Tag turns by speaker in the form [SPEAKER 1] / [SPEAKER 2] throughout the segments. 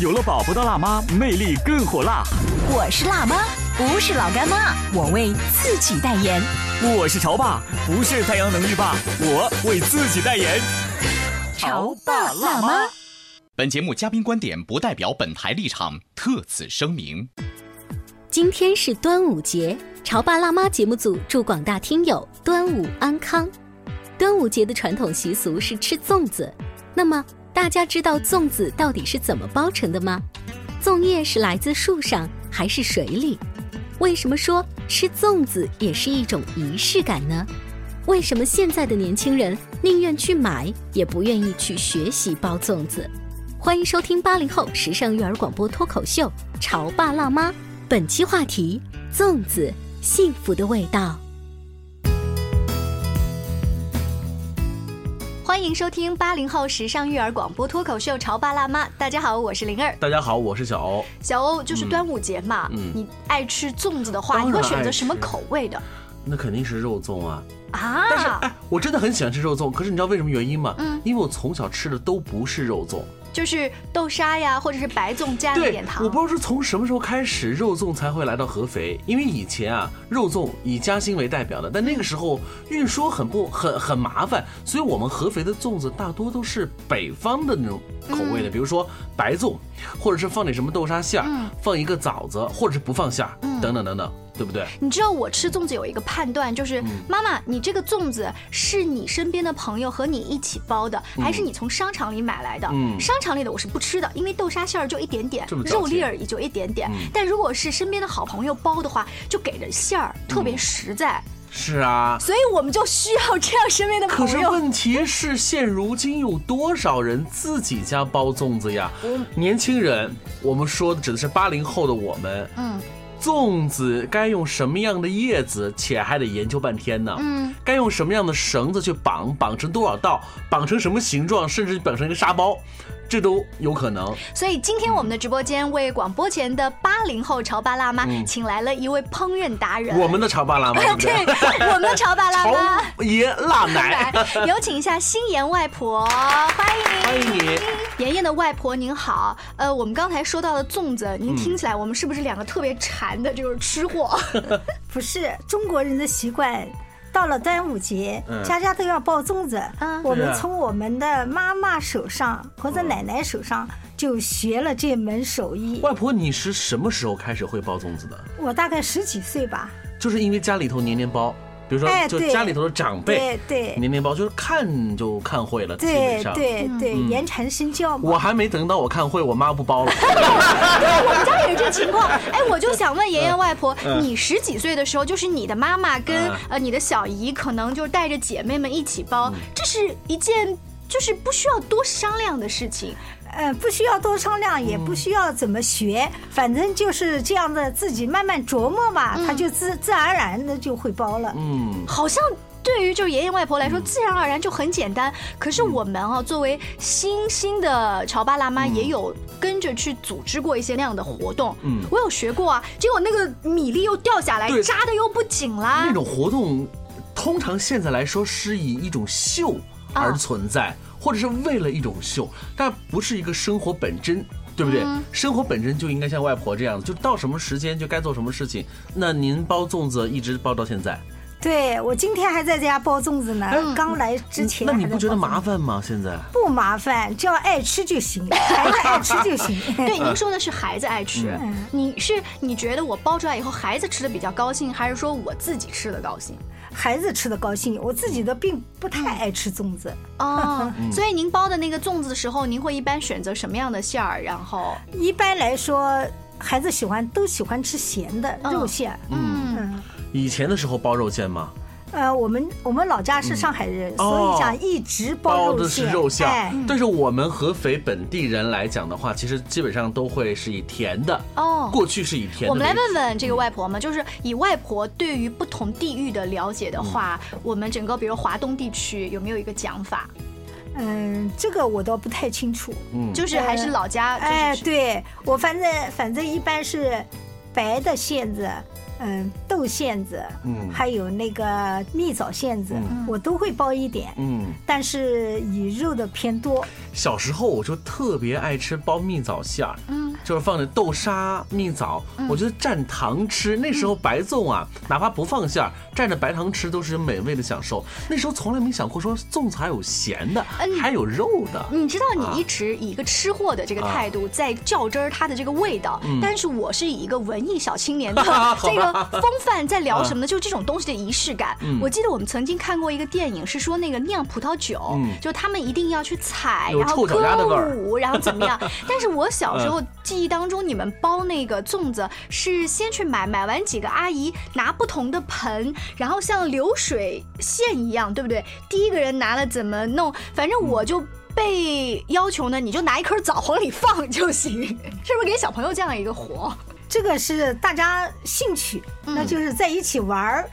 [SPEAKER 1] 有了宝宝的辣妈魅力更火辣。
[SPEAKER 2] 我是辣妈，不是老干妈，我为自己代言。
[SPEAKER 1] 我是潮爸，不是太阳能浴霸，我为自己代言。
[SPEAKER 2] 潮爸辣妈。
[SPEAKER 3] 本节目嘉宾观点不代表本台立场，特此声明。
[SPEAKER 4] 今天是端午节，潮爸辣妈节目组祝广大听友端午安康。端午节的传统习俗是吃粽子，那么大家知道粽子到底是怎么包成的吗？粽叶是来自树上还是水里？为什么说吃粽子也是一种仪式感呢？为什么现在的年轻人宁愿去买，也不愿意去学习包粽子？欢迎收听八零后时尚育儿广播脱口秀《潮爸辣妈》，本期话题：粽子，幸福的味道。
[SPEAKER 5] 欢迎收听八零后时尚育儿广播脱口秀《潮爸辣妈》。大家好，我是灵儿。
[SPEAKER 6] 大家好，我是小欧。
[SPEAKER 5] 小欧，就是端午节嘛，
[SPEAKER 6] 嗯
[SPEAKER 5] 你爱吃粽子的
[SPEAKER 6] 当
[SPEAKER 5] 话，
[SPEAKER 6] 然
[SPEAKER 5] 你会选择
[SPEAKER 6] 爱
[SPEAKER 5] 什么
[SPEAKER 6] 吃
[SPEAKER 5] 口味的
[SPEAKER 6] 那肯定是肉粽啊！
[SPEAKER 5] 啊？
[SPEAKER 6] 我真的很喜欢吃肉粽，可是你知道为什么原因吗？
[SPEAKER 5] 嗯
[SPEAKER 6] 因为我从小吃的都不是肉粽。
[SPEAKER 5] 就是豆沙呀，或者是白粽加了
[SPEAKER 6] 对
[SPEAKER 5] 点，糖。
[SPEAKER 6] 我不知道是从什么时候开始，肉粽才会来到合肥。因为以前啊，肉粽以嘉兴为代表的，但那个时候运输很不很很麻烦，所以我们合肥的粽子大多都是北方的那种口味的，比如说白粽，或者是放点什么豆沙馅儿，
[SPEAKER 5] 嗯
[SPEAKER 6] 放一个枣子，或者是不放馅儿，
[SPEAKER 5] 嗯
[SPEAKER 6] 等等等等，对不对？
[SPEAKER 5] 你知道我吃粽子有一个判断，就是、
[SPEAKER 6] 嗯
[SPEAKER 5] 妈妈，你这个粽子是你身边的朋友和你一起包的，还是你从商场里买来的？
[SPEAKER 6] 嗯
[SPEAKER 5] 商场里的我是不吃的，因为豆沙馅儿就一点点
[SPEAKER 6] 这么，早
[SPEAKER 5] 肉粒
[SPEAKER 6] 见
[SPEAKER 5] 儿也就一点点。
[SPEAKER 6] 嗯
[SPEAKER 5] 但如果是身边的好朋友包的话，就给的馅儿特
[SPEAKER 6] 嗯
[SPEAKER 5] 别实在，
[SPEAKER 6] 是啊，
[SPEAKER 5] 所以我们就需要这样身边的
[SPEAKER 6] 可是
[SPEAKER 5] 朋友。
[SPEAKER 6] 问题是，现如今有多少人自己家包粽子呀？
[SPEAKER 5] 嗯
[SPEAKER 6] 年轻人，我们说的指的是八零后的我们，
[SPEAKER 5] 嗯
[SPEAKER 6] 粽子该用什么样的叶子，且还得研究半天呢。
[SPEAKER 5] 嗯，
[SPEAKER 6] 该用什么样的绳子去绑，绑成多少道，绑成什么形状，甚至绑成一个沙包，这都有可能。
[SPEAKER 5] 所以今天我们的直播间为广播前的八零后潮爸辣妈、
[SPEAKER 6] 嗯
[SPEAKER 5] 请来了一位烹饪达人。
[SPEAKER 6] 我们的潮爸辣妈，对不
[SPEAKER 5] 对
[SPEAKER 6] 对？，
[SPEAKER 5] 我们的潮爸哎辣妈。
[SPEAKER 6] 潮爷辣奶，
[SPEAKER 5] 来，有请一下心妍外婆，欢迎。
[SPEAKER 6] 欢迎你。
[SPEAKER 5] 妍妍的外婆您好，呃，我们刚才说到的粽子，您听起来我们是不是两个特别馋的，就是吃货？
[SPEAKER 7] 不是中国人的习惯。到了端午节，
[SPEAKER 6] 嗯
[SPEAKER 7] 家家都要包粽子。
[SPEAKER 5] 嗯
[SPEAKER 7] 我
[SPEAKER 6] 是
[SPEAKER 7] 们从我们的妈妈手上或者奶奶手上就学了这门手艺。
[SPEAKER 6] 外婆，你是什么时候开始会包粽子的？
[SPEAKER 7] 我大概十几岁吧，
[SPEAKER 6] 就是因为家里头年年包，比如说
[SPEAKER 7] 哎
[SPEAKER 6] 就
[SPEAKER 7] 对
[SPEAKER 6] 家里头的长辈
[SPEAKER 7] 对，对
[SPEAKER 6] 年年包就是看就看会了，基本
[SPEAKER 7] 对
[SPEAKER 6] 上。嗯
[SPEAKER 7] 对对，言传身教嘛。
[SPEAKER 6] 我还没等到我看会，我妈不 包了。
[SPEAKER 5] 我们家也有这情况。哎，我就想问妍妍外婆，你十几岁的时候，就是你的妈妈跟
[SPEAKER 6] 嗯
[SPEAKER 5] 呃你的小姨，可能就带着姐妹们一起包，这是一件就是不需要多商量的事情。
[SPEAKER 7] 呃，不需要多商
[SPEAKER 6] 嗯
[SPEAKER 7] 量，也不需要怎么学，反正就是这样的，自己慢慢琢磨嘛，他就自自然而然的就会包了。
[SPEAKER 6] 嗯，
[SPEAKER 5] 好像对于就是爷爷外婆来说，自然而然就很简单。可
[SPEAKER 6] 嗯
[SPEAKER 5] 是我们啊，作为新兴的潮爸辣妈，也有跟着去组织过一些那样的活动。
[SPEAKER 6] 嗯
[SPEAKER 5] 我有学过啊，结果那个米粒又掉下来，
[SPEAKER 6] 对
[SPEAKER 5] 扎的又不紧
[SPEAKER 7] 啊
[SPEAKER 5] 啦
[SPEAKER 6] 那。种活动，通常现在来说是以一种秀而存
[SPEAKER 7] 啊
[SPEAKER 6] 在，或者是为了一种秀，但不是一个生活本真。对不对？
[SPEAKER 7] 嗯
[SPEAKER 6] 生活本身就应该像外婆这样，就到什么时间就该做什么事情。那您包粽子一直包到现在，
[SPEAKER 7] 对我今天还在家包粽子呢，刚来之前
[SPEAKER 6] 哎那你
[SPEAKER 7] 还在
[SPEAKER 6] 不觉得
[SPEAKER 7] 包粽子
[SPEAKER 6] 麻烦吗？现在？
[SPEAKER 7] 不麻烦，只要爱吃就行，孩子爱吃就行。
[SPEAKER 5] 对，
[SPEAKER 6] 啊
[SPEAKER 5] 您说的是孩子爱吃，
[SPEAKER 7] 嗯
[SPEAKER 5] 你是你觉得我包出来以后孩子吃的比较高兴，还是说我自己吃的高兴？
[SPEAKER 7] 孩子吃的高兴，我自己的并不太爱吃粽子。
[SPEAKER 5] 哦， 所以您包的那个粽子的时候，您会一般选择什么样的馅儿？然后，
[SPEAKER 7] 一般来说，孩子喜欢都喜欢吃咸的
[SPEAKER 5] 嗯
[SPEAKER 7] 肉馅儿。
[SPEAKER 5] 嗯
[SPEAKER 7] 嗯，
[SPEAKER 6] 以前的时候包肉馅吗？
[SPEAKER 7] 呃，我们我们老家是上海人，所以讲一直
[SPEAKER 6] 嗯
[SPEAKER 7] 包
[SPEAKER 6] 哦包
[SPEAKER 7] 肉
[SPEAKER 6] 的
[SPEAKER 7] 馅。
[SPEAKER 6] 是肉馅儿，
[SPEAKER 7] 哎，
[SPEAKER 5] 嗯
[SPEAKER 6] 但是我们合肥本地人来讲的话，其实基本上都会是以甜的。
[SPEAKER 5] 哦，
[SPEAKER 6] 过去是以甜的为主。
[SPEAKER 5] 我们来问问这个外婆嘛，就是以外婆对于不同地域的了解的话，我们整个比如华东地区有没有一个讲法？
[SPEAKER 7] 嗯，这个我倒不太清楚。
[SPEAKER 6] 嗯，
[SPEAKER 5] 就是还是老家，
[SPEAKER 7] 哎，
[SPEAKER 5] 就是
[SPEAKER 7] 对我反正反正一般是白的馅子，嗯，豆馅子，
[SPEAKER 6] 嗯
[SPEAKER 7] 还有那个蜜枣馅子，
[SPEAKER 6] 嗯
[SPEAKER 7] 我都会包一点，
[SPEAKER 6] 嗯，
[SPEAKER 7] 但是以肉的偏多。
[SPEAKER 6] 小时候我就特别爱吃包蜜枣馅儿，
[SPEAKER 5] 嗯，
[SPEAKER 6] 就是放点豆沙、蜜枣，我觉得蘸糖吃。那时候
[SPEAKER 5] 嗯
[SPEAKER 6] 白粽啊，哪怕不放馅儿，蘸着白糖吃都是美味的享受。那时候从来没想过说粽子还有咸的，
[SPEAKER 5] 嗯
[SPEAKER 6] 还有肉的。
[SPEAKER 5] 你知道，你一直以一个吃货的这个态度在较真儿它的这个味道，但是我是以一个文艺小青年的这个风范在聊什么呢？就是这种东西的仪式感。我记得我们曾经看过一个电影，是说那个酿葡萄酒，
[SPEAKER 6] 嗯
[SPEAKER 5] 就他们一定要去采，
[SPEAKER 6] 有
[SPEAKER 5] 然后
[SPEAKER 6] 臭脚丫的味
[SPEAKER 5] 歌
[SPEAKER 6] 儿嗯
[SPEAKER 5] 舞，然后怎么 样？但是我小时候记忆当中，你们包那个粽子是先去买，买完几个阿姨拿不同的盆，然后像流水线一样，对不对？第一个人拿了怎么弄，反正
[SPEAKER 6] 嗯
[SPEAKER 5] 我就。被要求呢，你就拿一颗枣往里放就行， 是不是给小朋友这样一 个活？
[SPEAKER 7] 这个是大家兴趣，
[SPEAKER 6] 嗯
[SPEAKER 7] 那就是在一起玩儿。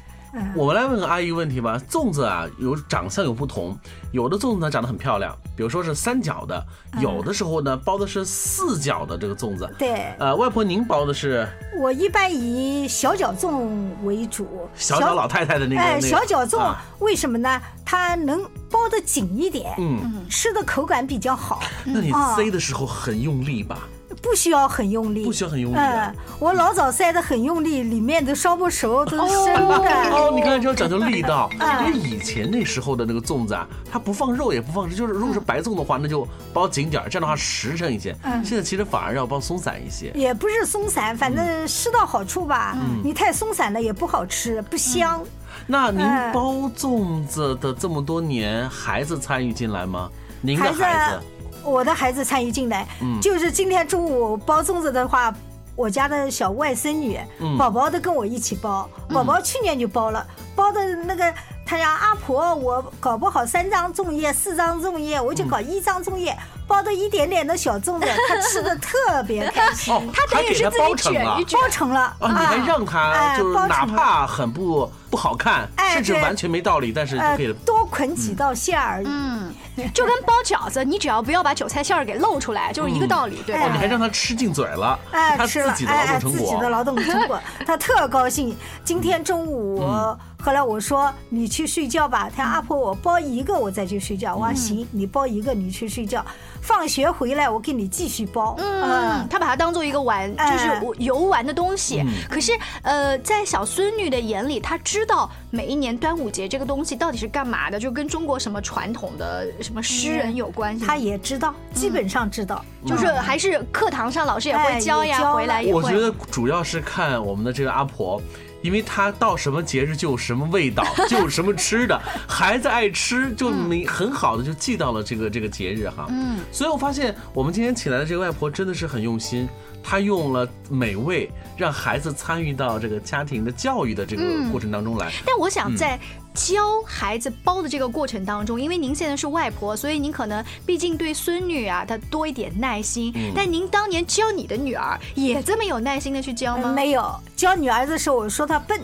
[SPEAKER 6] 我们来问个阿姨问题吧。粽子啊，有长相有不同，有的粽子呢长得很漂亮，比如说是三角的，有的时候呢包的是四角的这个粽子。
[SPEAKER 7] 嗯对
[SPEAKER 6] 呃，外婆您包的是
[SPEAKER 7] 我一般以小脚粽为主，
[SPEAKER 6] 小脚老太太的那个，
[SPEAKER 7] 哎，
[SPEAKER 6] 那个
[SPEAKER 7] 小脚粽
[SPEAKER 6] 啊
[SPEAKER 7] 为什么呢？它能包得紧一点，
[SPEAKER 6] 嗯，
[SPEAKER 7] 吃的口感比较好，
[SPEAKER 6] 那你
[SPEAKER 7] 啊
[SPEAKER 6] 塞的时候很用力吧？
[SPEAKER 7] 不需要很用力，
[SPEAKER 6] 不需要很用力啊
[SPEAKER 7] 嗯，我老早塞的很用力，里面都烧不熟，都是生的。
[SPEAKER 6] 哦，你看这要讲究力道，
[SPEAKER 7] 嗯
[SPEAKER 6] 因为以前那时候的那个粽子啊，它不放肉也不放，就是如果是白粽的话，那就包紧点儿，这样的话实诚一些。
[SPEAKER 7] 嗯
[SPEAKER 6] 现在其实反而要包松散一些。
[SPEAKER 7] 也不是松散，反
[SPEAKER 6] 嗯
[SPEAKER 7] 正适到好处吧。你太松散了也不好吃，不
[SPEAKER 6] 嗯
[SPEAKER 7] 香。
[SPEAKER 6] 那您
[SPEAKER 7] 哎
[SPEAKER 6] 包粽子的这么多年，孩子参与进来吗？您的
[SPEAKER 7] 孩子
[SPEAKER 6] 孩子，
[SPEAKER 7] 我的孩子参与进来，
[SPEAKER 6] 嗯
[SPEAKER 7] 就是今天中午包粽子的话，我家的小外甥女、
[SPEAKER 6] 嗯
[SPEAKER 7] 宝宝都跟我一起包，宝宝去年就包了，包的那个。他让阿婆，我搞不好三张粽叶、四张粽叶，我就搞一张粽叶，
[SPEAKER 6] 嗯
[SPEAKER 7] 包的一点点的小粽子，他吃的特 别开心，
[SPEAKER 6] 哦，还给他包成了
[SPEAKER 7] 包成了
[SPEAKER 6] 啊！你还让他
[SPEAKER 7] 哎
[SPEAKER 6] 就是
[SPEAKER 7] 包
[SPEAKER 6] 哪
[SPEAKER 7] 成了
[SPEAKER 6] 怕很不不好看，
[SPEAKER 7] 哎
[SPEAKER 6] 甚至
[SPEAKER 7] 对
[SPEAKER 6] 完全没道理，但是就
[SPEAKER 7] 呃
[SPEAKER 6] 可以
[SPEAKER 7] 多捆几道馅儿而已。
[SPEAKER 5] 嗯，就跟包饺子，你只要不要把韭菜馅儿给露出来，就是一个道理，对
[SPEAKER 6] 哦，你
[SPEAKER 5] 吧？
[SPEAKER 6] 还让他吃进嘴了，
[SPEAKER 7] 哎，
[SPEAKER 6] 他
[SPEAKER 7] 吃
[SPEAKER 6] 自
[SPEAKER 7] 了，
[SPEAKER 6] 己的劳
[SPEAKER 7] 哎哎，
[SPEAKER 6] 动成
[SPEAKER 7] 自己
[SPEAKER 6] 果
[SPEAKER 7] 的。劳动 成果，他特高兴。今天中午，
[SPEAKER 6] 嗯
[SPEAKER 7] 后来我说你去睡觉吧，他阿婆我包一个，我再去睡
[SPEAKER 6] 嗯
[SPEAKER 7] 觉。我说行，你包一个，你去睡觉。放学回来我给你继续包。
[SPEAKER 5] 嗯，，他把它当做一个玩，就是
[SPEAKER 7] 哎
[SPEAKER 5] 游玩的东西。可是，呃，在小孙女的眼里，她知道每一年端午节这个东西到底是干嘛的，就跟中国什么传统的什么诗人有关系吗。
[SPEAKER 7] 他也知道，基本上知道。
[SPEAKER 5] 就是还是课堂上老师也
[SPEAKER 7] 哎
[SPEAKER 5] 会
[SPEAKER 7] 也
[SPEAKER 5] 教呀，
[SPEAKER 7] 教
[SPEAKER 5] 回来也
[SPEAKER 6] 我
[SPEAKER 5] 会。
[SPEAKER 6] 觉得主要是看我们的这个阿婆，因为她到什么节日就有什么味道， 就有什么吃的，孩子爱吃就
[SPEAKER 5] 嗯
[SPEAKER 6] 你很好的就记到了这个这个节日哈。嗯，所以我发现我们今天请来的这个外婆真的是很用心，她用了美味让孩子参与到这个家庭的教育的这个
[SPEAKER 5] 嗯
[SPEAKER 6] 过程当中来。
[SPEAKER 5] 但我想在教孩子包的这个过程当中，因为您现在是外婆，所以您可能毕竟对孙女啊，她多一点耐心。但您当年教你的女儿也这么有耐心的去
[SPEAKER 6] 嗯
[SPEAKER 5] 教吗？
[SPEAKER 7] 嗯没有教女儿的时候，我说 她笨，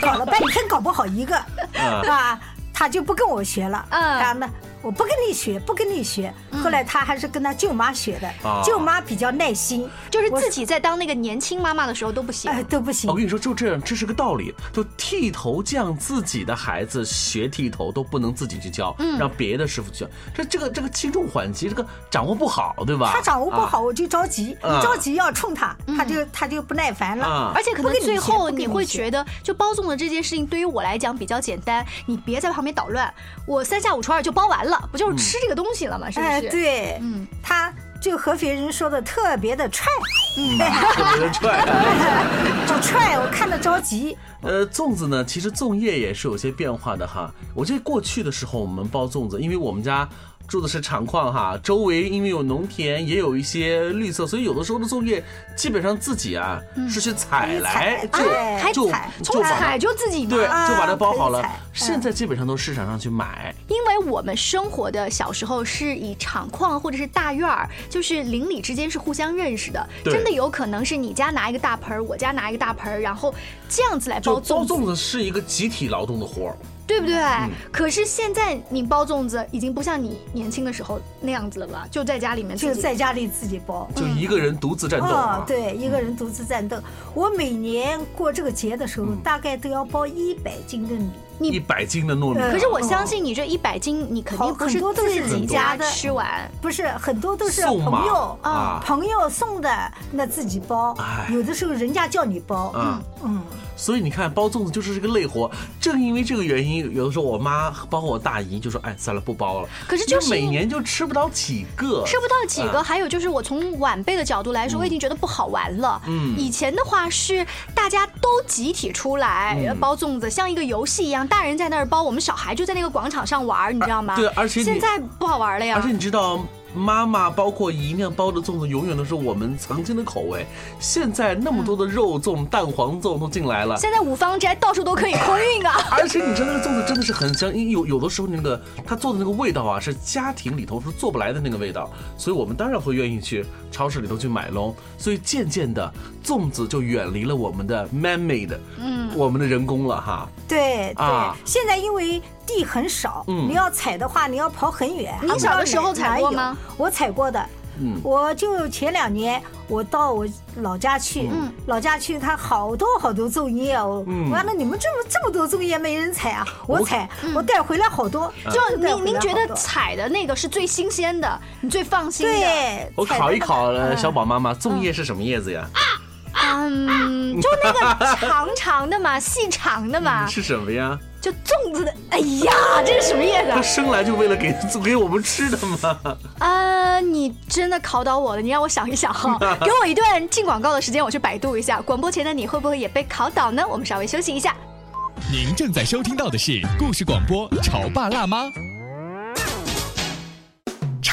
[SPEAKER 7] 搞了半天搞不好一个，
[SPEAKER 6] 嗯
[SPEAKER 7] 啊，她就不跟我学了。
[SPEAKER 5] 嗯
[SPEAKER 7] 啊，那我不跟你学，不跟你学。后来她还是跟她舅妈学
[SPEAKER 6] 嗯哦
[SPEAKER 7] 的，舅妈比较耐心，
[SPEAKER 5] 就是自己在当那个年轻妈妈的时候都不行。
[SPEAKER 7] 哎都不
[SPEAKER 6] 我
[SPEAKER 7] 行。
[SPEAKER 6] 跟你说，就这样，这是个道理。就剃头匠自己的孩子学剃头都不能自己去教，
[SPEAKER 7] 嗯
[SPEAKER 6] 让别的师傅去教。这这个这个轻重缓急，这个掌握不好，对吧？
[SPEAKER 7] 她掌握不好，我就着急，
[SPEAKER 6] 啊
[SPEAKER 7] 着急要冲她，她就她就不耐烦
[SPEAKER 6] 啊
[SPEAKER 5] 嗯
[SPEAKER 7] 了。
[SPEAKER 5] 而且可能
[SPEAKER 7] 不跟你
[SPEAKER 5] 最
[SPEAKER 7] 学
[SPEAKER 5] 后
[SPEAKER 7] 不跟
[SPEAKER 5] 你
[SPEAKER 7] 你
[SPEAKER 5] 会
[SPEAKER 7] 学
[SPEAKER 5] 觉得，就包粽子这件事情对于我来讲比较简单，你别在旁边
[SPEAKER 6] 嗯
[SPEAKER 5] 捣乱，我三下五除二就包完了，不就是吃这个东西了吗？是不
[SPEAKER 7] 哎，
[SPEAKER 5] 是？
[SPEAKER 7] 对，嗯，她这个合肥人说的特别的踹，
[SPEAKER 6] 嗯特别的踹。
[SPEAKER 7] 就踹，我看着着急。
[SPEAKER 6] 呃，粽子呢，其实粽叶也是有些变化的哈。我记得过去的时候，我们包粽子，因为我们家住的是厂矿哈，周围因为有农田，也有一些绿色，所以有的时候的粽叶基本上自己啊、是去采来
[SPEAKER 7] 嗯采哎还
[SPEAKER 6] 就就
[SPEAKER 7] 采
[SPEAKER 6] 就
[SPEAKER 5] 啊从
[SPEAKER 6] 把
[SPEAKER 5] 采就自己
[SPEAKER 6] 对，就
[SPEAKER 5] 拿。
[SPEAKER 6] 把它包
[SPEAKER 7] 可以
[SPEAKER 6] 好了
[SPEAKER 7] 采。
[SPEAKER 5] 嗯
[SPEAKER 6] 现在基本上都市场上去买，
[SPEAKER 5] 因为我们生活的小时候是以厂矿或者是大院儿，就是邻里之间是互相认识的，
[SPEAKER 6] 对
[SPEAKER 5] 真的有可能是你家拿一个大盆儿，我家拿一个大盆儿，然后这样子来
[SPEAKER 6] 就
[SPEAKER 5] 包
[SPEAKER 6] 包
[SPEAKER 5] 粽子，
[SPEAKER 6] 粽子是一个集体劳动的活儿。
[SPEAKER 5] 对不对？可是现在你包粽子已经不像你年轻的时候那样子了吧？就在家里面
[SPEAKER 7] 就
[SPEAKER 5] 自己
[SPEAKER 7] 在家里自己包。
[SPEAKER 6] 就
[SPEAKER 5] 嗯
[SPEAKER 6] 一个人独自战斗
[SPEAKER 7] 啊
[SPEAKER 5] 哦
[SPEAKER 6] 啊，，
[SPEAKER 7] 对，一个人独自战斗。我每年过这个节的时候，
[SPEAKER 6] 嗯
[SPEAKER 7] 大概都要包一百斤的米。
[SPEAKER 6] 一百斤的糯米，啊
[SPEAKER 7] 对
[SPEAKER 5] 可是哦我相信你这一百斤，你肯定
[SPEAKER 7] 好
[SPEAKER 5] 不是
[SPEAKER 7] 很多都是
[SPEAKER 5] 自己
[SPEAKER 7] 很多
[SPEAKER 5] 家
[SPEAKER 7] 的
[SPEAKER 5] 吃完。
[SPEAKER 7] 不是很多都是
[SPEAKER 6] 送嘛
[SPEAKER 7] 朋友
[SPEAKER 6] 啊
[SPEAKER 7] 朋友送的，那自己包
[SPEAKER 6] 哎。
[SPEAKER 7] 有的时候人家叫你包，
[SPEAKER 6] 啊，
[SPEAKER 7] 嗯，
[SPEAKER 6] 所以你看包粽子就是这个累活。正因为这个原因，有的时候我妈包括我大姨就说：“哎，算了，不包了。”
[SPEAKER 5] 可是就是
[SPEAKER 6] 因为每年就吃不到几个，
[SPEAKER 5] 吃不到几个，
[SPEAKER 6] 啊
[SPEAKER 5] 还有就是我从晚辈的角度来说，我已经觉得不好玩了。
[SPEAKER 6] 嗯
[SPEAKER 5] 以前的话是大家都集体出来
[SPEAKER 6] 嗯
[SPEAKER 5] 包粽子，像一个游戏一样，大人在那儿包，我们小孩就在那个广场上玩，你知道吗？
[SPEAKER 6] 对，而且你
[SPEAKER 5] 现在不好玩了呀
[SPEAKER 6] 而且。你知道，妈妈包括姨娘包的粽子，永远都是我们曾经的口味。现在那么多的肉粽、蛋黄粽都进来了。
[SPEAKER 5] 现在五芳斋到处都可以空运啊！
[SPEAKER 6] 而且你知道那个粽子真的是很香，因为有有的时候那个他做的那个味道啊，是家庭里头是做不来的那个味道，所以我们当然会愿意去超市里头去买喽。所以渐渐的，粽子就远离了我们的 man-made，嗯，我们的人工了哈。
[SPEAKER 7] 对对
[SPEAKER 6] 啊。
[SPEAKER 7] 现在因为地很少，
[SPEAKER 6] 嗯
[SPEAKER 7] 你要采的话，你要跑很远。
[SPEAKER 5] 嗯你
[SPEAKER 7] 还不知道
[SPEAKER 5] 小的时候
[SPEAKER 7] 哪
[SPEAKER 5] 采过吗？
[SPEAKER 7] 哪有我采过的，
[SPEAKER 6] 嗯，
[SPEAKER 7] 我就前两年我到我老家去，
[SPEAKER 5] 嗯
[SPEAKER 7] 老家去，他好多好多粽叶哦。
[SPEAKER 6] 嗯
[SPEAKER 7] 完了，你们这么这么多粽叶没人采啊？
[SPEAKER 6] 我
[SPEAKER 7] 我采，我带回来好多。
[SPEAKER 5] 嗯
[SPEAKER 6] 嗯
[SPEAKER 5] 就
[SPEAKER 7] 带
[SPEAKER 5] 您
[SPEAKER 7] 回来
[SPEAKER 5] 您觉
[SPEAKER 7] 好
[SPEAKER 5] 得
[SPEAKER 7] 多
[SPEAKER 5] 采的那个是最新鲜的，你最放心的？
[SPEAKER 7] 对？啊
[SPEAKER 6] 我
[SPEAKER 7] 采
[SPEAKER 6] 考
[SPEAKER 7] 的
[SPEAKER 6] 一
[SPEAKER 7] 那
[SPEAKER 6] 考
[SPEAKER 7] 个
[SPEAKER 6] 了
[SPEAKER 7] 嗯
[SPEAKER 6] 小宝妈妈，粽叶是什么叶子呀？
[SPEAKER 5] 嗯，就那个长长的嘛，细长的
[SPEAKER 7] 啊
[SPEAKER 5] 嘛，
[SPEAKER 6] 是什么呀？
[SPEAKER 5] 就粽子的。哎呀，这是什么叶子啊
[SPEAKER 6] 它？生来就为了给 给我们吃的吗？
[SPEAKER 5] 啊，你真的考倒我了，你让我想一想 哈，给我一段进广告的时间，我去百度一下。广播前的你会不会也被考倒呢？我们稍微休息一下。
[SPEAKER 3] 您正在收听到的是故事广播《潮爸辣妈》。
[SPEAKER 4] 《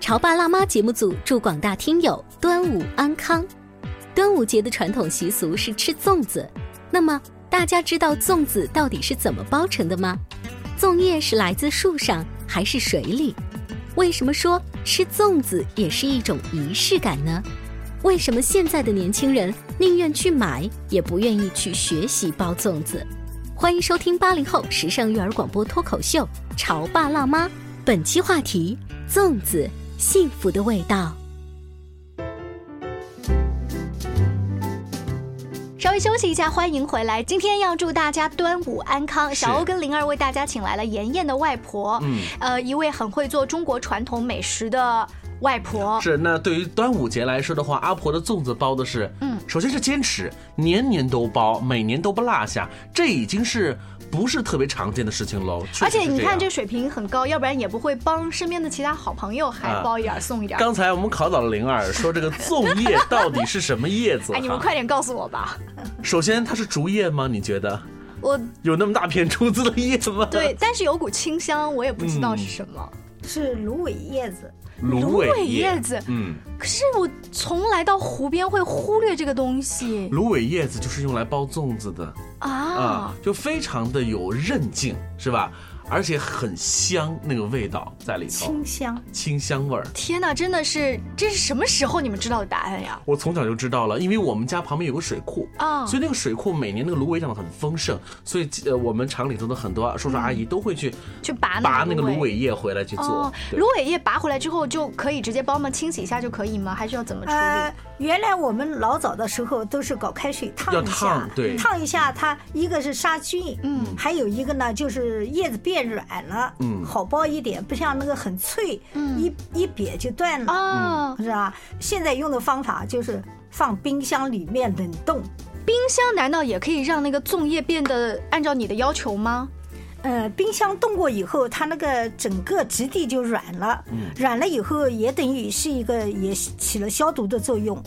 [SPEAKER 4] 潮爸辣妈节目组祝广大听友端午安康。端午节的传统习俗是吃粽子，那么大家知道粽子到底是怎么包成的吗？粽叶是来自树上还是水里？为什么说吃粽子也是一种仪式感呢？为什么现在的年轻人宁愿去买，也不愿意去学习包粽子？欢迎收听八零后时尚育儿广播脱口秀《潮爸辣妈》，本期话题：粽子，幸福的味道。
[SPEAKER 5] 稍微休息一下，欢迎回来。今天要祝大家端午安康。
[SPEAKER 6] 是
[SPEAKER 5] 小欧跟灵儿为大家请来了妍妍的外婆，
[SPEAKER 6] 嗯
[SPEAKER 5] 呃，一位很会做中国传统美食的外婆。
[SPEAKER 6] 是，那对于端午节来说的话，阿婆的粽子包的是，
[SPEAKER 5] 嗯
[SPEAKER 6] 首先是坚持，年年都包，每年都不落下，这已经是不是特别常见的事情喽？确
[SPEAKER 5] 而
[SPEAKER 6] 实
[SPEAKER 5] 且
[SPEAKER 6] 是
[SPEAKER 5] 你
[SPEAKER 6] 样
[SPEAKER 5] 看这水平很高，要不然也不会帮身边的其他好朋友还
[SPEAKER 6] 啊
[SPEAKER 5] 包一点儿送一点儿。
[SPEAKER 6] 刚才我们考倒了灵儿，说这个粽叶到底是什么叶子？
[SPEAKER 5] 哎，你们
[SPEAKER 6] 哈！
[SPEAKER 5] 快点告诉我吧，
[SPEAKER 6] 首先，它是竹叶吗？你觉得
[SPEAKER 5] 我
[SPEAKER 6] 有那么大片竹 子的叶子吗？
[SPEAKER 5] 对，，但是有股清香，我也不知道
[SPEAKER 6] 嗯
[SPEAKER 5] 是什么。
[SPEAKER 7] 是芦苇叶子，
[SPEAKER 6] 芦苇
[SPEAKER 5] 叶子。
[SPEAKER 6] 嗯，
[SPEAKER 5] 可是我从来到湖边会忽略这个东西
[SPEAKER 6] 芦苇叶子就是用来包粽子的
[SPEAKER 5] 啊
[SPEAKER 6] 啊，，就非常的有韧劲，是吧？而且很香，那个味道在里头，
[SPEAKER 7] 清香。
[SPEAKER 6] 清香味儿。
[SPEAKER 5] 天哪，真的是，这是什么时候你们知道的答案呀？
[SPEAKER 6] 我从小就知道了，因为我们家旁边有个水库
[SPEAKER 5] 啊
[SPEAKER 6] 所以那个水库每年那个芦苇长得很丰盛，所以呃，我们厂里头的很多啊叔叔阿姨都会去
[SPEAKER 5] 嗯去拔那个
[SPEAKER 6] 拔那个
[SPEAKER 5] 芦苇
[SPEAKER 6] 芦苇叶回来去做
[SPEAKER 5] 哦。，
[SPEAKER 6] 对
[SPEAKER 5] 芦苇叶拔回来之后就可以直接帮忙清洗一下就可以吗？还是要怎么处
[SPEAKER 7] 呃
[SPEAKER 5] 理？，
[SPEAKER 7] 原来我们老早的时候都是搞开水烫
[SPEAKER 6] 要
[SPEAKER 7] 一下，
[SPEAKER 6] 烫对
[SPEAKER 7] 烫一下它一个是杀菌，
[SPEAKER 5] 嗯
[SPEAKER 7] 还有一个呢就是叶子变软了，
[SPEAKER 6] 嗯
[SPEAKER 7] 好剥一点，不像那个很脆，
[SPEAKER 5] 嗯
[SPEAKER 7] 一一瘪就断了，
[SPEAKER 6] 嗯
[SPEAKER 5] 哦，
[SPEAKER 7] 是吧？现在用的方法就是放冰箱里面冷冻，
[SPEAKER 5] 冰箱难道也可以让那个粽叶变得按照你的要求吗？
[SPEAKER 7] 呃，冰箱冻过以后，它那个整个质地就软了，软了以后也等于是一个也起了消毒的作用。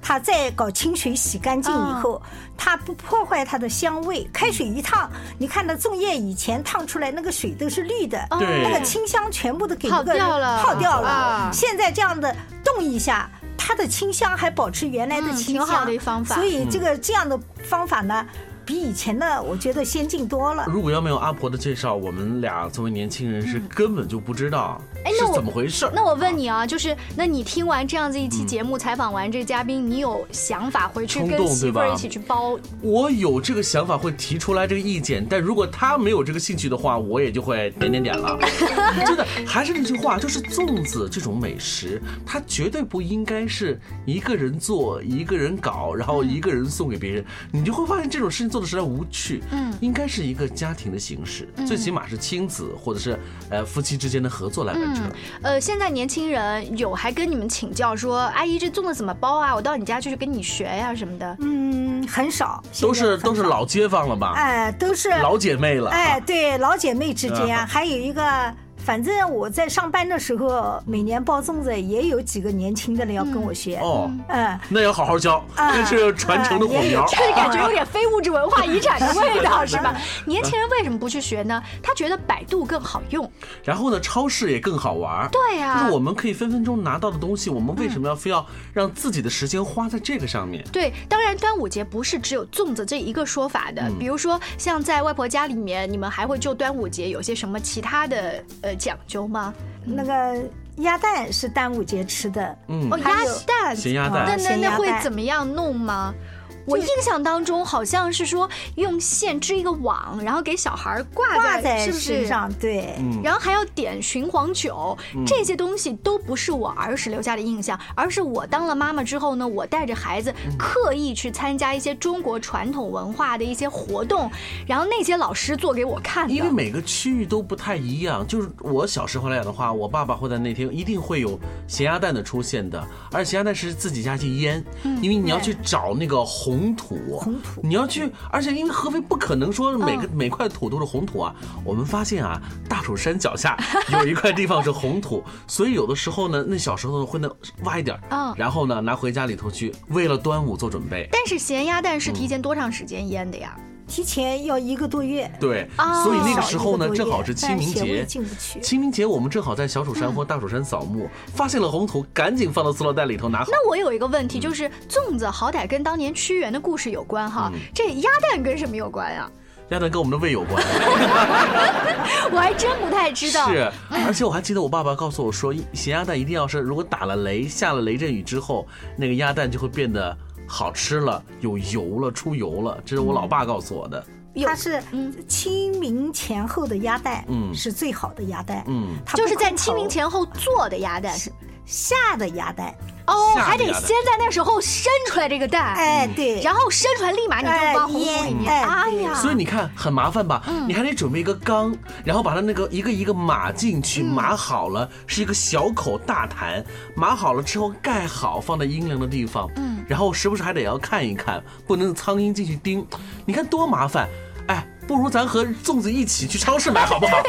[SPEAKER 7] 它再搞清水洗干净以后，
[SPEAKER 5] 啊
[SPEAKER 7] 它不破坏它的香味。开水一烫，你看那粽叶以前烫出来那个水都是绿的，
[SPEAKER 5] 哦
[SPEAKER 6] 对
[SPEAKER 7] 那个清香全部都给
[SPEAKER 5] 泡
[SPEAKER 7] 那个
[SPEAKER 5] 掉了
[SPEAKER 7] 泡掉了。
[SPEAKER 5] 啊
[SPEAKER 7] 现在这样的冻一下。它的清香还保持原来的
[SPEAKER 5] 嗯
[SPEAKER 7] 清香，
[SPEAKER 5] 挺好的一方法
[SPEAKER 7] 所以这个这样的方法呢，比以前的我觉得先进多了。
[SPEAKER 6] 如果要没有阿婆的介绍，我们俩作为年轻人是根本就不知道
[SPEAKER 5] 嗯哎
[SPEAKER 6] 是
[SPEAKER 5] 那我
[SPEAKER 6] 怎么回事儿。
[SPEAKER 5] 那我问你啊，就是那你听完这样子一期节目，采访完这嘉宾，你有想法回去
[SPEAKER 6] 冲
[SPEAKER 5] 跟
[SPEAKER 6] 动
[SPEAKER 5] 媳
[SPEAKER 6] 对
[SPEAKER 5] 妇儿
[SPEAKER 6] 吧
[SPEAKER 5] 一起去包？
[SPEAKER 6] 我有这个想法会提出来这个意见，但如果他没有这个兴趣的话，我也就会点点点 了。真的，还是那句话，就是粽子这种美食，它绝对不应该是一个人做、一个人搞，然后一个人送给别人，你就会发现这种事情做的实在无趣。
[SPEAKER 5] 嗯
[SPEAKER 6] 应该是一个家庭的形式，
[SPEAKER 7] 嗯
[SPEAKER 6] 最起码是亲子或者是呃夫妻之间的合作来完成。
[SPEAKER 7] 嗯
[SPEAKER 5] 呃，现在年轻人有还跟你们请教说，阿姨这粽子怎么包啊？我到你家去跟你学呀、什么的。
[SPEAKER 7] 嗯，很少，
[SPEAKER 6] 都
[SPEAKER 7] 现在
[SPEAKER 6] 是
[SPEAKER 7] 很
[SPEAKER 6] 都是
[SPEAKER 7] 少
[SPEAKER 6] 老街坊了吧？
[SPEAKER 7] 哎，都是
[SPEAKER 6] 老姐妹了。
[SPEAKER 7] 哎，
[SPEAKER 6] 啊，
[SPEAKER 7] 对老姐妹之间，
[SPEAKER 6] 啊
[SPEAKER 7] 还有一个，反正我在上班的时候，每年包粽子也有几个年轻的人要跟我学，
[SPEAKER 6] 哦，
[SPEAKER 7] 嗯，
[SPEAKER 6] 那要好好教，那是传承的火苗。
[SPEAKER 7] 啊
[SPEAKER 5] 就是感觉有点非物质文化遗产的味道，是吧？年轻人为什么不去学呢？他觉得百度更好用。
[SPEAKER 6] 然后呢，超市也更好玩。
[SPEAKER 5] 对呀、
[SPEAKER 6] 就是我们可以分分钟拿到的东西，我们为什么要非要让自己的时间花在这个上面？
[SPEAKER 5] 对，当然端午节不是只有粽子这一个说法的，
[SPEAKER 6] 嗯
[SPEAKER 5] 比如说像在外婆家里面，你们还会就端午节有些什么其他的呃讲究吗？
[SPEAKER 7] 那个鸭蛋是端午节吃的，
[SPEAKER 6] 嗯
[SPEAKER 5] 哦，，
[SPEAKER 7] 还
[SPEAKER 5] 鸭
[SPEAKER 7] 有
[SPEAKER 5] 蛋，
[SPEAKER 6] 咸鸭
[SPEAKER 7] 啊
[SPEAKER 5] 那
[SPEAKER 6] 蛋，
[SPEAKER 5] 那
[SPEAKER 7] 咸
[SPEAKER 5] 那
[SPEAKER 7] 鸭
[SPEAKER 5] 会
[SPEAKER 7] 蛋
[SPEAKER 5] 怎么样弄吗？我印象当中好像是说用线织一个网，然后给小孩儿挂
[SPEAKER 7] 挂
[SPEAKER 5] 在
[SPEAKER 7] 在
[SPEAKER 5] 是不是
[SPEAKER 7] 身上，对，
[SPEAKER 6] 嗯
[SPEAKER 5] 然后还要点寻黄酒，这些东西都不是我儿时留下的印象，而是我当了妈妈之后呢，我带着孩子
[SPEAKER 6] 嗯
[SPEAKER 5] 刻意去参加一些中国传统文化的一些活动，然后那些老师做给我看
[SPEAKER 6] 因为
[SPEAKER 5] 的。
[SPEAKER 6] 每个区域都不太一样。就是我小时候来讲的话，我爸爸会在那天一定会有咸鸭蛋的出现的，而咸鸭蛋是自己家去腌，因为你要去找那个红土，
[SPEAKER 7] 嗯红土嗯
[SPEAKER 6] 你要去，而且因为合肥不可能说每个每块土都是红土啊。我们发现啊，大楚山脚 下有一块地方是红土，所以有的时候呢，那小时候会那挖一点
[SPEAKER 5] 嗯
[SPEAKER 6] 儿，然后呢拿回家里头去，为了端午做准备。
[SPEAKER 5] 但是咸鸭蛋是
[SPEAKER 6] 嗯
[SPEAKER 5] 提前多长时间腌的呀？
[SPEAKER 7] 提前要一个多月，
[SPEAKER 6] 对，
[SPEAKER 5] 哦
[SPEAKER 6] 所以那个
[SPEAKER 7] 啊少一
[SPEAKER 6] 时候呢，
[SPEAKER 7] 多
[SPEAKER 6] 正
[SPEAKER 7] 月
[SPEAKER 6] 好是清
[SPEAKER 7] 但
[SPEAKER 6] 明
[SPEAKER 7] 血味
[SPEAKER 6] 节，
[SPEAKER 7] 进不去。
[SPEAKER 6] 清明节我们正好在小楚山或
[SPEAKER 5] 嗯
[SPEAKER 6] 大楚山扫墓，发现了红土，赶紧放到塑料袋里头拿好。
[SPEAKER 5] 那我有一个问题，就是粽子好歹跟当年屈原的故事有关哈，这鸭蛋跟什么有关啊呀？
[SPEAKER 6] 鸭蛋跟我们的胃有关，
[SPEAKER 5] 我还真不太知道。
[SPEAKER 6] 是，啊而且我还记得我爸爸告诉我说，咸鸭蛋一定要是如果打了雷、下了雷阵雨之后，那个鸭蛋就会变得好吃了，有油了，出油了，这是我老爸告诉我的。
[SPEAKER 5] 有
[SPEAKER 7] 它是
[SPEAKER 5] 嗯
[SPEAKER 7] 清明前后的鸭蛋，
[SPEAKER 6] 嗯
[SPEAKER 7] 是最好的鸭蛋，
[SPEAKER 6] 嗯，
[SPEAKER 7] 它不
[SPEAKER 5] 就是在
[SPEAKER 7] 空
[SPEAKER 5] 清明
[SPEAKER 7] 投
[SPEAKER 5] 前后做的鸭蛋，
[SPEAKER 7] 下的鸭蛋，
[SPEAKER 6] 嗯
[SPEAKER 5] 哦，
[SPEAKER 6] 下的
[SPEAKER 5] 还得
[SPEAKER 6] 鸭蛋
[SPEAKER 5] 先在那时候生出来这个蛋，
[SPEAKER 7] 哎，对，
[SPEAKER 5] 然后生出来立马你就往红土里面，
[SPEAKER 7] 哎腌
[SPEAKER 5] 哎
[SPEAKER 7] 哎
[SPEAKER 5] 呀，
[SPEAKER 6] 所以你看很麻烦吧？你还得准备一个缸，然后把它那个一个一个码进去，码好了是一个小口大坛，码好了之后盖好，放在阴凉的地方。嗯，然后时不时还得要看一看，不能苍蝇进去叮。你看多麻烦，哎。不如咱和粽子一起去超市买好不好？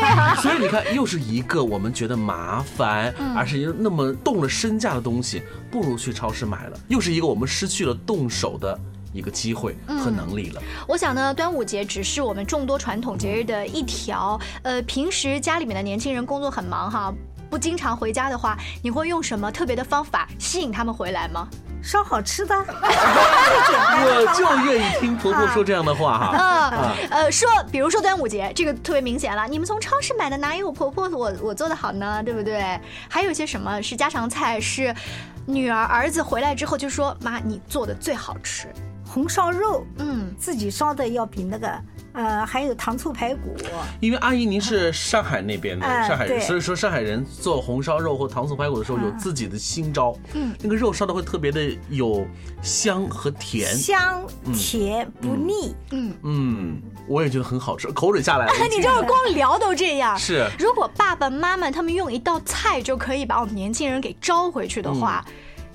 [SPEAKER 6] 所以你看，又是一个我们觉得麻烦，而且又那么动了身价的东西，不如去超市买了，又是一个我们失去了动手的一个机会和能力了。
[SPEAKER 5] 我想呢，端午节只是我们众多传统节日的一条。呃，平时家里面的年轻人工作很忙哈。不经常回家的话，你会用什么特别的方法吸引他们回来吗？
[SPEAKER 7] 烧好吃的，
[SPEAKER 6] 我就愿意听婆婆说这样的话 哈。
[SPEAKER 7] 嗯
[SPEAKER 5] 啊，呃，说，比如说端午节，这个特别明显了。你们从超市买的哪有我婆婆我我做的好呢？对不对？还有一些什么是家常菜，是女儿儿子回来之后就说：“妈，你做的最好吃。”
[SPEAKER 7] 红烧肉，
[SPEAKER 5] 嗯，
[SPEAKER 7] 自己烧的要比那个，呃，还有糖醋排骨，
[SPEAKER 6] 因为阿姨您是上海那边的
[SPEAKER 7] 哎
[SPEAKER 6] 上海人，
[SPEAKER 7] 对
[SPEAKER 6] 所以说上海人做红烧肉或糖醋排骨的时候有自己的新招，
[SPEAKER 7] 嗯
[SPEAKER 6] 那个肉烧的会特别的有香和甜，
[SPEAKER 7] 香甜不腻。
[SPEAKER 5] 嗯，。
[SPEAKER 6] 嗯，我也觉得很好吃，口水下来 了
[SPEAKER 5] 哎你 就是光聊都这样。
[SPEAKER 6] 是
[SPEAKER 5] 如果爸爸妈妈他们用一道菜就可以把我们年轻人给招回去的话，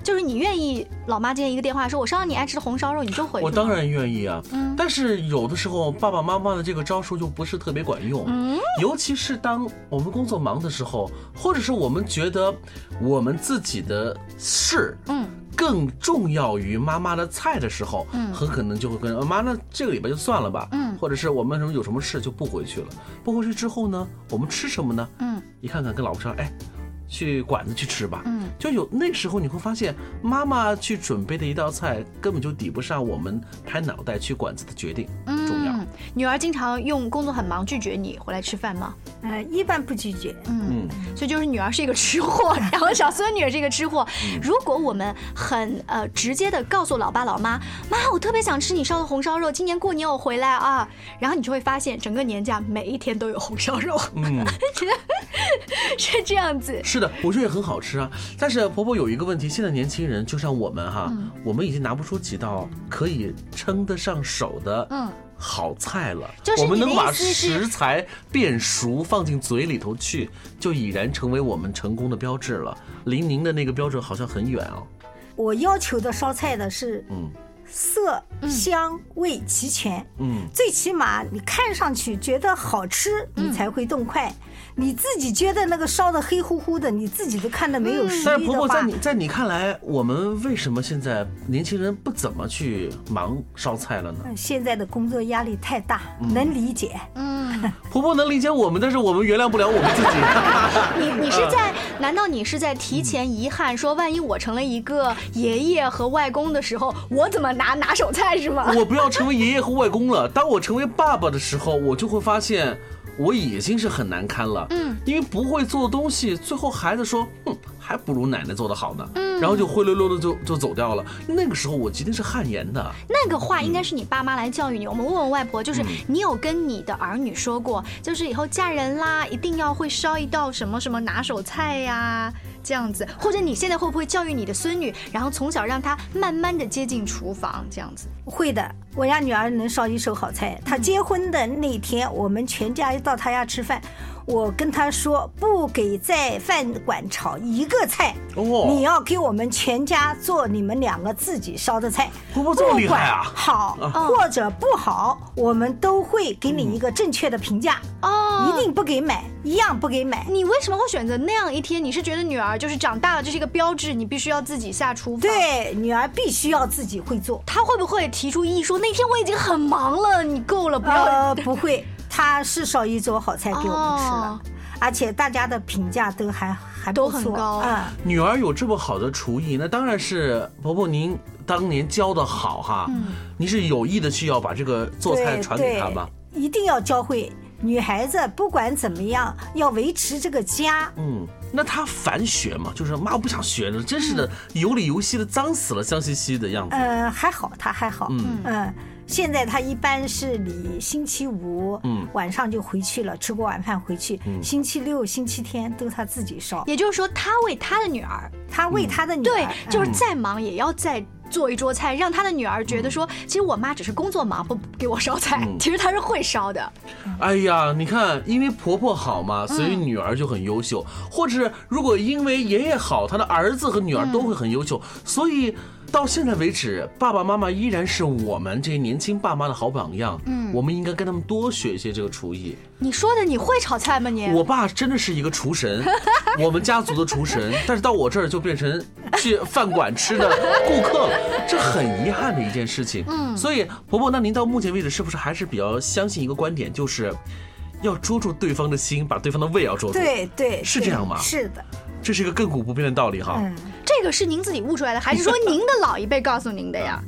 [SPEAKER 5] 就是你愿意老妈接一个电话说，我烧了你爱吃的红烧肉，你就回去。
[SPEAKER 6] 我当。然愿意啊，
[SPEAKER 5] 嗯
[SPEAKER 6] 但是有的时候爸爸妈妈的这个招数就不是特别管用，
[SPEAKER 5] 嗯
[SPEAKER 6] 尤其是当我们工作忙的时候，或者是我们觉得我们自己的事，
[SPEAKER 5] 嗯，
[SPEAKER 6] 更重要于妈妈的菜的时候，
[SPEAKER 5] 嗯
[SPEAKER 6] 很可能就会跟呃妈，那这个礼拜就算了吧，
[SPEAKER 5] 嗯
[SPEAKER 6] 或者是我们什么有什么事就不回去了，不回去之后呢，我们吃什么呢？
[SPEAKER 5] 嗯
[SPEAKER 6] 一看看跟老婆说，哎，去馆子去吃吧，
[SPEAKER 5] 嗯
[SPEAKER 6] 就有那时候你会发现，妈妈去准备的一道菜根本就抵不上我们拍脑袋去馆子的决定重要。
[SPEAKER 5] 嗯，女儿经常用工作很忙拒绝你回来吃饭吗？
[SPEAKER 7] 呃，一般不拒绝。
[SPEAKER 6] 嗯，
[SPEAKER 5] 所以就是女儿是一个吃货，然后小孙女也是一个吃货。如果我们很呃直接的告诉老爸老妈，妈，我特别想吃你烧的红烧肉，今年过年我回来啊，然后你就会发现整个年假每一天都有红烧肉，
[SPEAKER 6] 嗯，
[SPEAKER 5] 是这样子。
[SPEAKER 6] 是的，我觉得也很好吃啊。但是婆婆有一个问题，现在年轻人就像我们哈，
[SPEAKER 5] 嗯
[SPEAKER 6] 我们已经拿不出几道可以称得上手的
[SPEAKER 5] 嗯
[SPEAKER 6] 好菜了。
[SPEAKER 5] 就是
[SPEAKER 6] 我们
[SPEAKER 5] 你的
[SPEAKER 6] 能把
[SPEAKER 5] 意思是
[SPEAKER 6] 食材变熟放进嘴里头去，就已然成为我们成功的标志了。离您的那个标准好像很远啊。
[SPEAKER 7] 我要求的烧菜的是
[SPEAKER 6] 嗯
[SPEAKER 7] 色、香、味齐全，
[SPEAKER 6] 嗯
[SPEAKER 7] 最起码你看上去觉得好吃，你才会动筷。你自己觉得那个烧的黑乎乎的，你自己都看的没有食
[SPEAKER 6] 但是
[SPEAKER 7] 欲
[SPEAKER 6] 婆
[SPEAKER 7] 嗯
[SPEAKER 6] 婆，
[SPEAKER 7] 的话，
[SPEAKER 6] 在你在你看来，我们为什么现在年轻人不怎么去忙烧菜了呢？
[SPEAKER 7] 嗯现在的工作压力太大，
[SPEAKER 6] 嗯
[SPEAKER 7] 能理解。
[SPEAKER 6] 婆婆能理解我们，但是我们原谅不了我们自己。
[SPEAKER 5] 你你是在？难道你是在提前遗憾说，万一我成了一个爷爷和外公的时候，我怎么拿拿手菜是吗？
[SPEAKER 6] 我不要成为爷爷和外公了。当我成为爸爸的时候，我就会发现我已经是很难堪了。
[SPEAKER 5] 嗯，
[SPEAKER 6] 因为不会做东西，最后孩子说，哼，还不如奶奶做的好呢。嗯，然后就灰溜溜的就就走掉了。那个时候我一定是汗颜的。
[SPEAKER 5] 那个话应该是你爸妈来教育你。我们问问外婆，就是
[SPEAKER 7] 嗯
[SPEAKER 5] 你有跟你的儿女说过，就是以后嫁人啦，一定要会烧一道什么什么拿手菜呀、这样子。或者你现在会不会教育你的孙女，然后从小让她慢慢的接近厨房，这样子？
[SPEAKER 7] 会的，我家女儿能烧一手好菜。她
[SPEAKER 6] 嗯
[SPEAKER 7] 结婚的那天，我们全家到她家吃饭，我跟她说不给在饭馆炒一个菜，
[SPEAKER 6] 哦
[SPEAKER 7] 你要给我们全家做你们两个自己烧的菜。
[SPEAKER 6] 婆婆这么厉害啊
[SPEAKER 7] 不管好、或者不好，我们都会给你一个正确的评价，
[SPEAKER 6] 啊
[SPEAKER 5] 哦
[SPEAKER 7] 一定不给买，一样不给买。
[SPEAKER 5] 你为什么会选择那样一天？你是觉得女儿就是长大了，这是一个标志，你必须要自己下厨房。。
[SPEAKER 7] 对，女儿必须要自己会做。
[SPEAKER 5] 她会不会提出异议说那天我已经很忙了，你够了，不要、
[SPEAKER 7] 呃，不会，他是烧一桌好菜给我们吃了，
[SPEAKER 5] 哦
[SPEAKER 7] 而且大家的评价都还还不
[SPEAKER 5] 都
[SPEAKER 7] 错
[SPEAKER 5] 很高
[SPEAKER 7] 嗯，
[SPEAKER 6] 女儿有这么好的厨艺，那当然是婆婆您当年教的好哈。您是有意的去要把这个做菜
[SPEAKER 7] 嗯对
[SPEAKER 6] 传给她
[SPEAKER 7] 对
[SPEAKER 6] 吗？
[SPEAKER 7] 一定要教会女孩子，不管怎么样，要维持这个家。
[SPEAKER 6] 嗯，那她反学嘛，就是妈我不想学了，真是的，
[SPEAKER 7] 嗯
[SPEAKER 6] 有理有戏的，脏死了，脏兮兮的样子。
[SPEAKER 7] 呃，还好，他还好，
[SPEAKER 6] 嗯
[SPEAKER 7] 现在他一般是你星期五
[SPEAKER 6] 嗯
[SPEAKER 7] 晚上就回去了，吃过晚饭回去，星期六、星期天都他自己烧，
[SPEAKER 5] 也就是说，她为她的女儿
[SPEAKER 7] 他
[SPEAKER 6] 嗯
[SPEAKER 7] 为他的女儿，
[SPEAKER 5] 对，就是
[SPEAKER 7] 嗯
[SPEAKER 5] 再忙也要再做一桌菜，让他的女儿觉得说，其实我妈只是工作忙，不给我烧菜，
[SPEAKER 6] 嗯
[SPEAKER 5] 其实她是会烧的。
[SPEAKER 6] 哎呀，你看，因为婆婆好嘛，
[SPEAKER 7] 嗯
[SPEAKER 6] 所以女儿就很优秀，或者是如果因为爷爷好，她的儿子和女儿都会很优秀，
[SPEAKER 7] 嗯
[SPEAKER 6] 所以。到现在为止，爸爸妈妈依然是我们这些年轻爸妈的好榜样。嗯，我们应该跟他们多学一些这个厨艺。
[SPEAKER 5] 你说的你会炒菜吗你？
[SPEAKER 6] 我爸真的是一个厨神，我们家族的厨神，但是到我这儿就变成去饭馆吃的顾客了，这很遗憾的一件事情。嗯，所以婆婆，那您到目前为止是不是还是比较相信一个观点，就是要捉住对方的心，把对方的胃要捉住。
[SPEAKER 7] 对对，
[SPEAKER 6] 是这样吗？
[SPEAKER 7] 是的，
[SPEAKER 6] 这是一个亘古不变的道理哈。
[SPEAKER 5] 嗯这个是您自己悟出来的，还是说您的老一辈告诉您 的呀？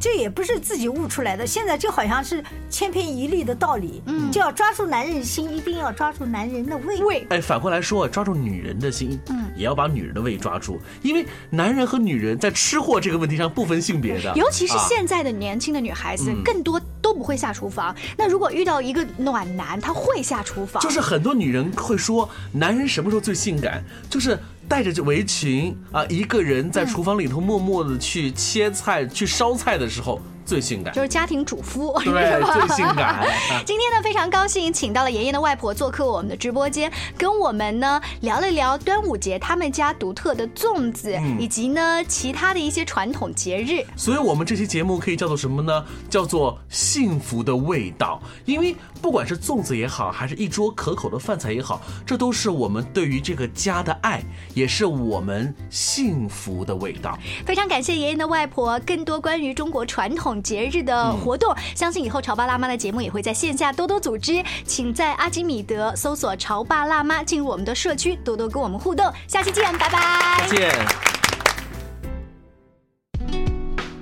[SPEAKER 7] 这也不是自己悟出来的，现在就好像是千篇一律的道理，就要抓住男人心，一定要抓住男人的胃。
[SPEAKER 5] 胃
[SPEAKER 6] 哎，反过来说，抓住女人的心，嗯，也要把女人的胃抓住，因为男人和女人在吃货这个问题上不分性别的，
[SPEAKER 5] 尤其是
[SPEAKER 6] 啊
[SPEAKER 5] 现在的年轻的女孩子
[SPEAKER 6] 嗯，
[SPEAKER 5] 更多都不会下厨房。那如果遇到一个暖男，他会下厨房，
[SPEAKER 6] 就是很多女人会说，男人什么时候最性感？就是带着这围裙啊，一个人在厨房里头默默的去切菜、去烧菜的时候最性感
[SPEAKER 5] 就。是家庭主妇，
[SPEAKER 6] 对
[SPEAKER 5] 是吧
[SPEAKER 6] 最性感
[SPEAKER 5] 今天呢，非常高兴请到了爷爷的外婆做客我们的直播间，跟我们呢聊了聊端午节他们家独特的粽子，
[SPEAKER 6] 嗯
[SPEAKER 5] 以及呢其他的一些传统节日。
[SPEAKER 6] 所以，我们这期节目可以叫做什么呢？叫做幸福的味道。因为不管是粽子也好，还是一桌可口的饭菜也好，这都是我们对于这个家的爱，也是我们幸福的味道。
[SPEAKER 5] 非常感谢爷爷的外婆，更多关于中国传统节日的活动，相信以后潮爸辣妈的节目也会在线下多多组织，请在阿基米德搜索“潮爸辣妈”，进入我们的社区，多多跟我们互动。下期见，拜拜。
[SPEAKER 6] 再见。